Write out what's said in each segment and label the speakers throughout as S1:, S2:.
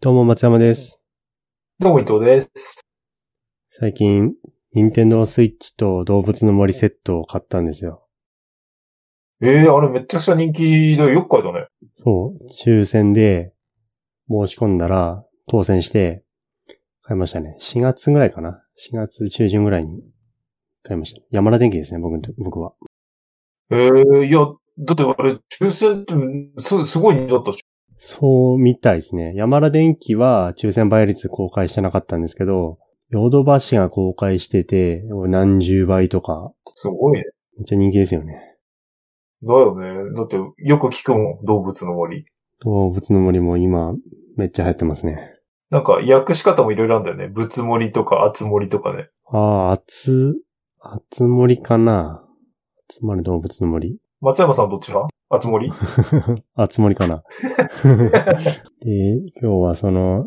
S1: どうも、松山です。
S2: どうも伊藤です。
S1: 最近、任天堂スイッチと動物の森セットを買ったんですよ。
S2: ええあれめっちゃくちゃ人気だよ。よく書いたね。
S1: そう、抽選で申し込んだら当選して買いましたね。4月ぐらいかな ?4 月中旬ぐらいに買いました。山田電機ですね、僕んと僕は。
S2: ええいや、だってあれ、抽選って、す、すごい人気だったっし
S1: そうみたいですね。山田電機は抽選倍率公開してなかったんですけど、ヨドバシが公開してて、何十倍とか、
S2: ょ。すごいね。
S1: めっちゃ人気ですよね。
S2: だよね。だって、よく聞くもん、動物の森。
S1: 動物の森も今、めっちゃ流行ってますね。
S2: なんか、訳し方もいろいろあるんだよね。仏森とか、厚森とかね。
S1: ああ、厚、厚森かな厚森動物の森。
S2: 松山さんどっちら厚森
S1: 厚森かなで、今日はその、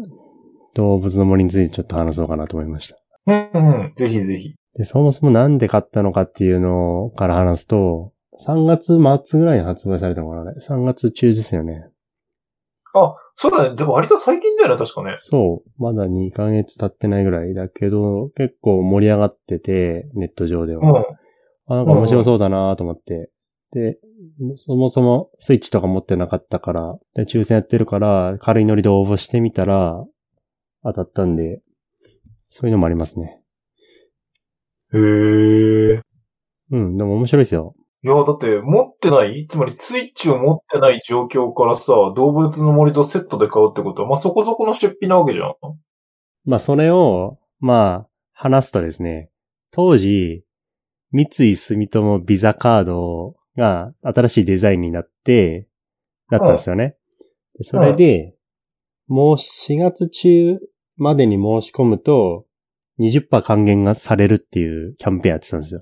S1: 動物の森についてちょっと話そうかなと思いました。
S2: うんうん。ぜひぜひ。
S1: で、そもそもなんで買ったのかっていうのから話すと、3月末ぐらいに発売されたのかなね ?3 月中ですよね。
S2: あ、そうだね。でも割と最近だよね、確かね。
S1: そう。まだ2ヶ月経ってないぐらいだけど、結構盛り上がってて、ネット上では。
S2: うん。
S1: あ、なんか面白そうだなと思って。で、そもそもスイッチとか持ってなかったから、で抽選やってるから、軽いノリで応募してみたら、当たったんで、そういうのもありますね。
S2: へえ。
S1: うん、でも面白いですよ。
S2: いや、だって、持ってないつまり、スイッチを持ってない状況からさ、動物の森とセットで買うってことは、まあ、そこそこの出費なわけじゃん。
S1: まあ、それを、まあ、話すとですね、当時、三井住友ビザカードが新しいデザインになって、だったんですよね。でそれで、もう4月中までに申し込むと、20%還元がされるっていうキャンペーンやってたんですよ。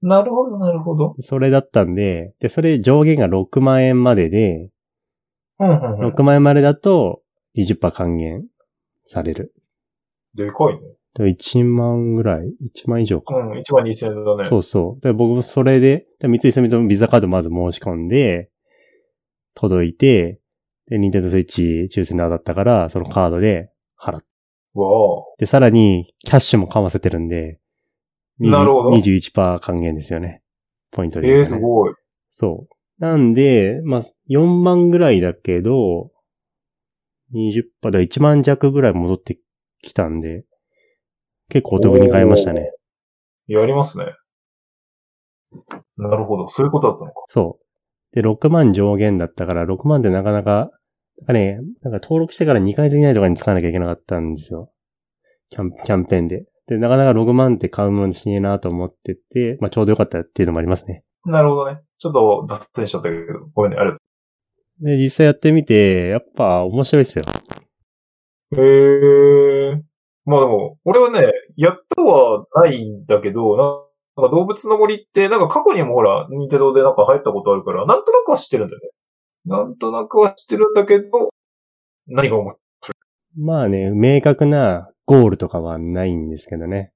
S2: なるほど、なるほど。
S1: それだったんで、で、それ上限が6万円までで、
S2: うん、うん、うん。
S1: 6万円までだと20%還元される。
S2: でかいね。
S1: と1万ぐらい ?1 万以上か。
S2: うん、1万2000円だね。
S1: そうそう。で、僕もそれで、で三井住友ビザカードまず申し込んで、届いて、で、ニンテンドスイッチ抽選で当たったから、そのカードで払って。
S2: わあ。
S1: で、さらに、キャッシュもかませてるんで、20
S2: なるほど
S1: 21%還元ですよね。ポイントで、ね。
S2: ええすごい。
S1: そう。なんで、まあ、4万ぐらいだけど、20%だ、1万弱ぐらい戻ってきたんで、結構お得に買いましたね。
S2: やりますね。なるほど。そういうことだったのか。
S1: そう。で、6万上限だったから、6万ってなかなか、なんかね、なんか登録してから2ヶ月以内とかに使わなきゃいけなかったんですよ。キャンキャンペーンで。で、なかなか6万って買うもんしねえなと思ってて、まあちょうどよかったっていうのもありますね。
S2: なるほどね。ちょっと脱線しちゃったけど、ごめんね、ありがと
S1: で、実際やってみて、やっぱ面白いですよ。
S2: う。へえまあでも、俺はね、やったはないんだけど、ななんか動物の森って、なんか過去にもほら、ニンテンドーでなんか入ったことあるから、なんとなくは知ってるんだよね。なんとなくは知ってるんだけど、何が思う
S1: まあね、明確なゴールとかはないんですけどね。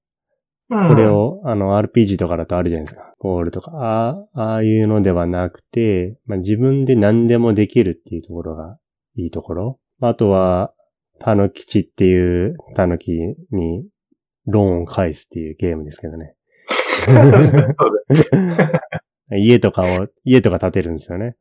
S1: これ。を、あの、RPG とかだとあるじゃないですか。ゴールとか、ああ、ああいうのではなくて、まあ、自分で何でもできるっていうところがいいところ。まああとは、タヌキチっていう、タヌキにローンを返すっていうゲームですけど ね。
S2: うんそ うね
S1: 家とかを、家とか建てるんですよね。で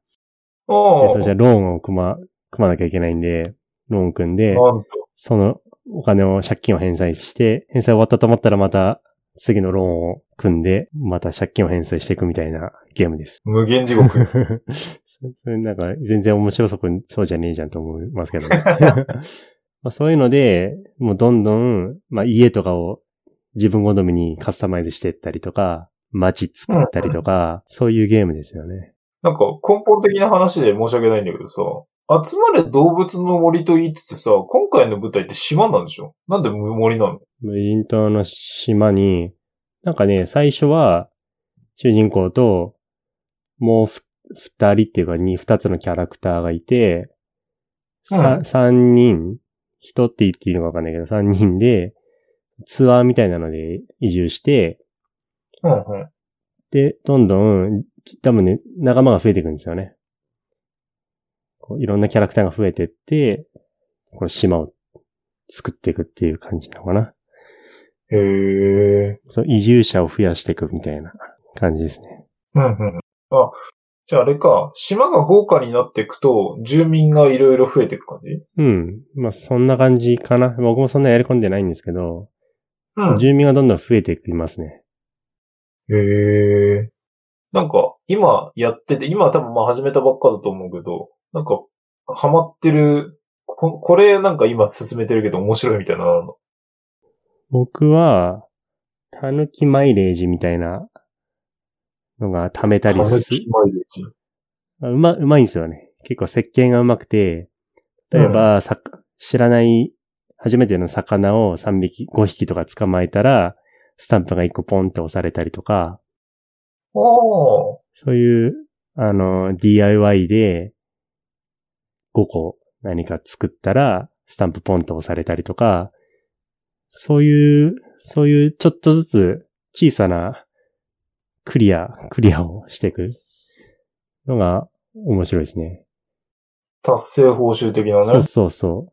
S2: お
S1: そ
S2: ー
S1: したらローンを組ま、組まなきゃいけないんで、ローン組んで、
S2: なんと。
S1: そのお金を、借金を返済して、返済終わったと思ったらまた次のローンを組んで、また借金を返済していくみたいなゲーム です。
S2: 無限地 獄。
S1: そそれなんか全然面白そうそうじゃねえじゃんと思いますけどね。まあそういうので、もうどんどん、まあ家とかを自分好みにカスタマイズしていったりとか、街作ったりとか、そういうゲームですよね。
S2: なんか根本的な話で申し訳ないんだけどさ、集まれ動物の森と言いつつさ、今回の舞台って島なんでしょなんで森なの
S1: 無人島の島に、なんかね、最初は、主人公と、もうふ二人っていうかに二つのキャラクターがいて、さ
S2: うん
S1: 三人、人って言っていいのかわかんないけど、三人で、ツアーみたいなので移住して、
S2: うんうん。
S1: で、どんどん、多分ね、仲間が増えていくんですよね。こういろんなキャラクターが増えてって、こう島を作っていくっていう感じなのかな。
S2: へえ。
S1: そう、移住者を増やしていくみたいな感じですね。
S2: うんうん。あ、じゃああれか、島が豪華になっていくと、住民がいろいろ増えていく感じ
S1: うん。まあ、そんな感じかな。僕もそんなやり込んでないんですけど、
S2: うん。
S1: 住民がどんどん増えていきますね。
S2: へえ。なんか、今やってて、今は多分まあ始めたばっかだと思うけど、なんか、ハマってる、ここれなんか今進めてるけど面白いみたいなのあるの。
S1: 僕は、たぬきマイレージみたいなのが貯めたりす
S2: 狸マイレージ
S1: あうま、うまいんですよね。結構石鹸がうまくて、例えば、さ知らない、初めての魚を3匹、5匹とか捕まえたら、スタンプが1個ポンって押されたりとか、
S2: おー。
S1: そういう、あの、DIY で、5個何か作ったら、スタンプポンと押されたりとか、そういう、そういうちょっとずつ小さなクリア、クリアをしていくのが面白いですね。
S2: 達成報酬的な
S1: そう
S2: ね。
S1: そうそう。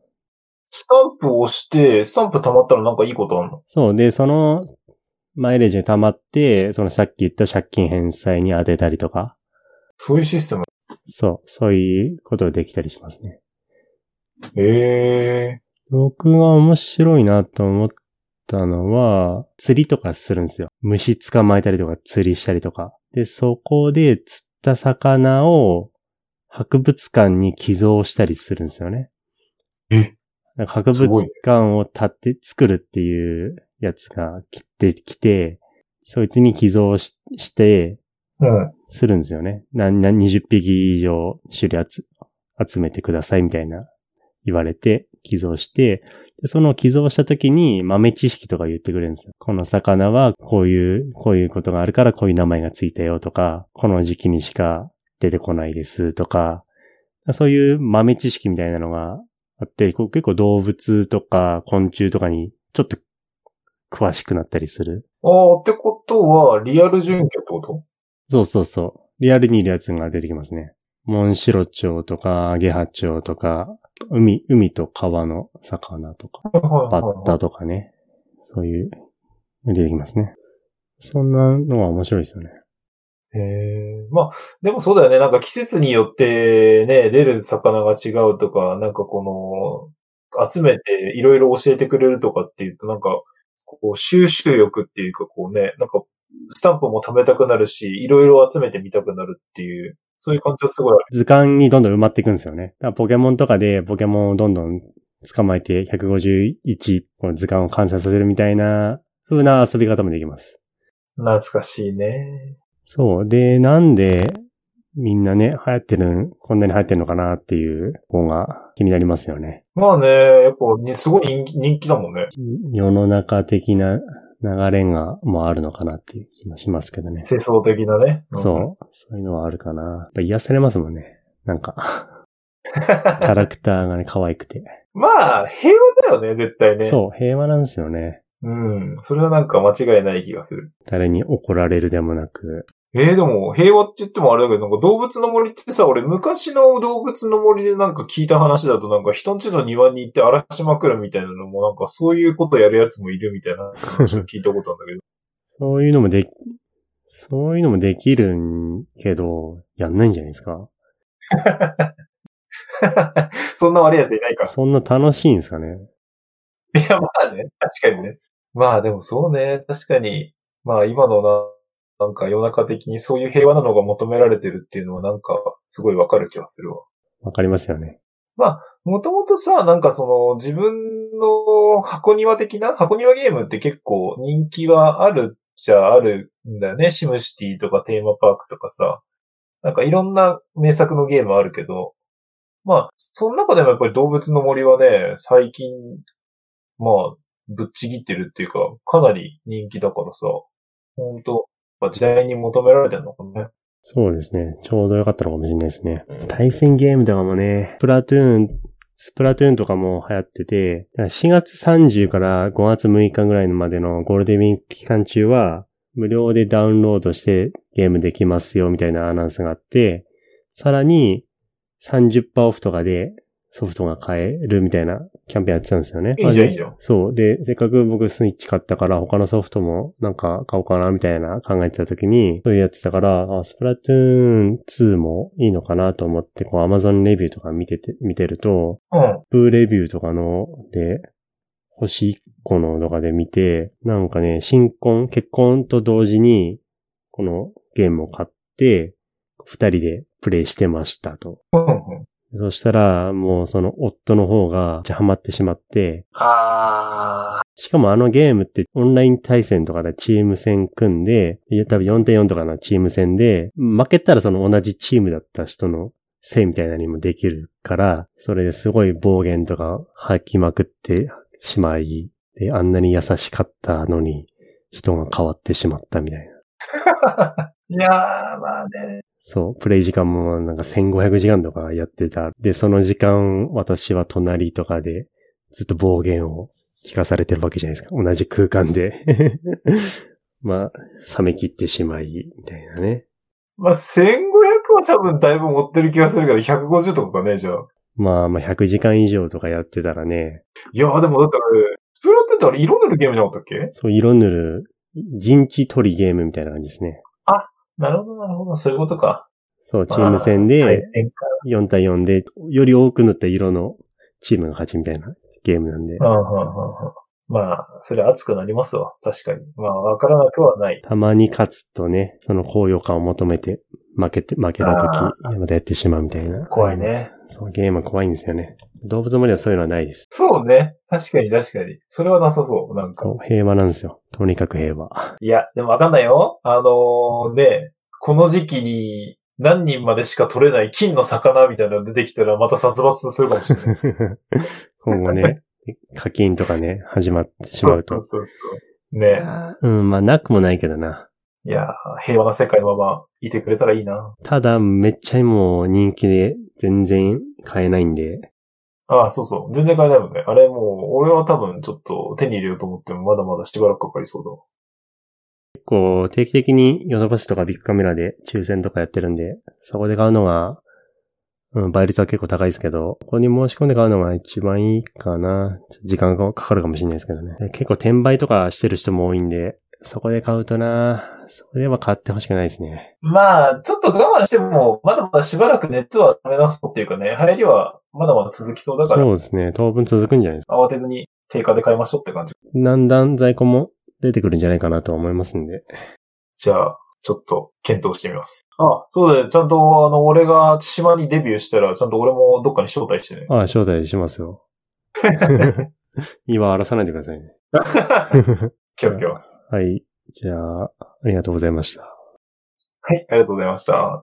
S2: スタンプを押して、スタンプ溜まったらなんかいいことあんの
S1: そう。で、その、マイレージが溜まって、そのさっき言った借金返済に当てたりとか、
S2: そういうシステム。
S1: そう、そういうことできたりしますね。
S2: へえ。
S1: 僕が面白いなと思ったのは、釣りとかするんですよ。虫捕まえたりとか釣りしたりとか。で、そこで釣った魚を博物館に寄贈したりするんですよね。
S2: え
S1: なんか博物館を建て、作るっていうやつが来てきて、そいつに寄贈しして、
S2: うん。
S1: するんですよね。何、何、20匹以上種類集集めてくださいみたいな言われて寄贈して、でその寄贈した時に豆知識とか言ってくれるんですよ。この魚はこういう、こういうことがあるからこういう名前がついたよとか、この時期にしか出てこないですとか、そういう豆知識みたいなのがあって、こう結構動物とか昆虫とかにちょっと詳しくなったりする。
S2: あー、ってことは、リアル準拠ってこと
S1: そうそうそう。リアルにいるやつが出てきますね。モンシロチョウとか、アゲハチョウとか、海、海と川の魚とか、
S2: はいは
S1: バ
S2: い
S1: ッ
S2: はいは
S1: タ
S2: い。
S1: とかね。そういう、出てきますね。そんなのは面白いですよね。
S2: へえ。まあ、でもそうだよね。なんか季節によってね、出る魚が違うとか、なんかこの、集めていろいろ教えてくれるとかっていうと、なんか、こう、収集欲っていうか、こうね、なんか、スタンプも貯めたくなるし、いろいろ集めてみたくなるっていう、そういう感じはすごいある。
S1: 図鑑にどんどん埋まっていくんですよね。だからポケモンとかでポケモンをどんどん捕まえて151この図鑑を観察させるみたいな風な遊び方もできます。
S2: 懐かしいね。
S1: そう。で、なんで、みんなね、流行ってる、こんなに流行ってるのかなっていう方が気になりますよね。
S2: まあね、やっぱ、ね、すごい人気人気だもんね。
S1: 世の中的な流れが、もあるのかなっていう気もしますけどね。
S2: 世相的なね。うん
S1: そう。そういうのはあるかな。やっぱ癒されますもんね。なんか、キャラクターがね、可愛くて。
S2: まあ、平和だよね、絶対ね。
S1: そう、平和なんですよね。
S2: うん。それはなんか間違いない気がする。
S1: 誰に怒られるでもなく。
S2: ええでも、平和って言ってもあれだけど、なんか動物の森ってさ、俺昔の動物の森でなんか聞いた話だと、なんか人んちの庭に行って荒らしまくるみたいなのも、なんかそういうことやるやつもいるみたいな話 を聞いたことあるんだけど。
S1: そういうのもでき、そういうのもできるんけど、やんないんじゃないですか
S2: そんな悪いやついないか。
S1: そんな楽しいんですかね
S2: いや、まあね、確かにね。まあでもそうね、確かに。まあ今のな、なんか世の中的にそういう平和なのが求められてるっていうのはなんかすごいわかる気がするわ。
S1: わかりますよね。
S2: もともとさ、なんかその自分の箱庭的な、箱庭ゲームって結構人気はあるっちゃあるんだよね。シムシティとかテーマパークとかさ。なんかいろんな名作のゲームあるけど、まあ、その中でもやっぱり動物の森はね、最近、まあ、ぶっちぎってるっていうか、かなり人気だからさ、ほんと、まあ時代に求められてるのかね。
S1: そうですね。ちょうどよかったのかもしれないですね。対戦ゲームとかもね、スプラトゥーン、スプラトゥーンとかも流行ってて、だから4月30から5月6日ぐらいまでのゴールデンウィーク期間中は、無料でダウンロードしてゲームできますよみたいなアナウンスがあって、さらに30%オフとかでソフトが買えるみたいなキャンペーンやってたんですよね。
S2: いいじゃん、いい
S1: あ
S2: じゃん。
S1: そう。で、せっかく僕スイッチ買ったから他のソフトもなんか買おうかなみたいな考えてた時に、そういうやってたから、あスプラトゥーン2もいいのかなと思って、こう Amazon レビューとか見てて、見てると、
S2: うん。
S1: アップレビューとかので、星1個の動画で見て、なんかね、新婚、結婚と同時に、このゲームを買って、二人でプレイしてましたと。
S2: うんうん。
S1: そしたら、もうその夫の方が、めっちゃハマってしまって、
S2: あ
S1: しかもあのゲームってオンライン対戦とかでチーム戦組んで、いや多分4.4とかのチーム戦で、負けたらその同じチームだった人のせいみたいなのにもできるから、それですごい暴言とか吐きまくってしまい、で、あんなに優しかったのに人が変わってしまったみたいな。
S2: ー。いやー、まあね。
S1: そう、プレイ時間もなんか1500時間とかやってた。で、その時間私は隣とかでずっと暴言を聞かされてるわけじゃないですか。同じ空間で。 まあ、冷め切ってしまい、みたいなね。
S2: まあ、1500は多分だいぶ持ってる気がするけど、150とかかね、じゃあ。
S1: まあまあ100時間以上とかやってたらね、
S2: いやー、でもだってあれ、スプラトゥーンってあれ、色塗るゲームじゃなかったっけ
S1: そう色塗る陣地取りゲームみたいな感じですね。
S2: なるほど、なるほど。そういうことか。
S1: そう、チーム戦で
S2: 戦か。
S1: 4対4でより多く塗った色のチームが勝ちみたいなゲームなんで。
S2: うん、うん、うん。うんまあ、それ熱くなりますわ。確かに。まあ、わからなくはない。
S1: たまに勝つとね、その高揚感を求めて、負けて、負けた
S2: あ
S1: 時、またやってしまうみたいな。
S2: 怖い。ね。
S1: そう、ゲームは怖いんですよね。動物森ではそういうのはないです。
S2: そうね。確かに、確かに。それはなさそう。なんか
S1: そ。う、平和なんですよ。とにかく平和。
S2: いや、でもわかんないよ。あのー、ね、この時期に何人までしか取れない金の魚みたいなの出てきたらまた殺伐するかもしれない。
S1: 今後ね、課金とかね、始まってしまうと。
S2: そうそうそう。ね。
S1: うん、まあ、なくもないけどな。
S2: いやー、平和な世界のままいてくれたらいいな。
S1: ただ、めっちゃもう人気で全然買えないんで、
S2: ああ、そうそう。全然買えないもんね。あれもう、俺は多分ちょっと手に入れようと思ってもまだまだしばらくかかりそうだわ。
S1: 結構定期的にヨドバシとかビッグカメラで抽選とかやってるんで、そこで買うのが、うん、倍率は結構高いですけど、ここに申し込んで買うのが一番いいかな。ちょっと時間がかかるかもしれないですけどね。で結構転売とかしてる人も多いんで、そこで買うとな、そこでは買ってほしくないですね。
S2: まあ、ちょっと我慢しても、まだまだしばらく熱は冷めなそうっていうかね、流行りはまだまだ続きそうだから、
S1: そうですね。当分続くんじゃないですか。
S2: 慌てずに定価で買いましょうって感じ。
S1: だんだん在庫も出てくるんじゃないかなと思いますんで。
S2: じゃあ、ちょっと検討してみます。あ、そうだよ。ちゃんと、あの、俺が千島にデビューしたら、ちゃんと俺もどっかに招待してね。
S1: ああ、招待しますよ。 今荒らさないでくださいね。
S2: 気をつけます。
S1: はい。じゃあ、ありがとうございました。
S2: はい、ありがとうございました。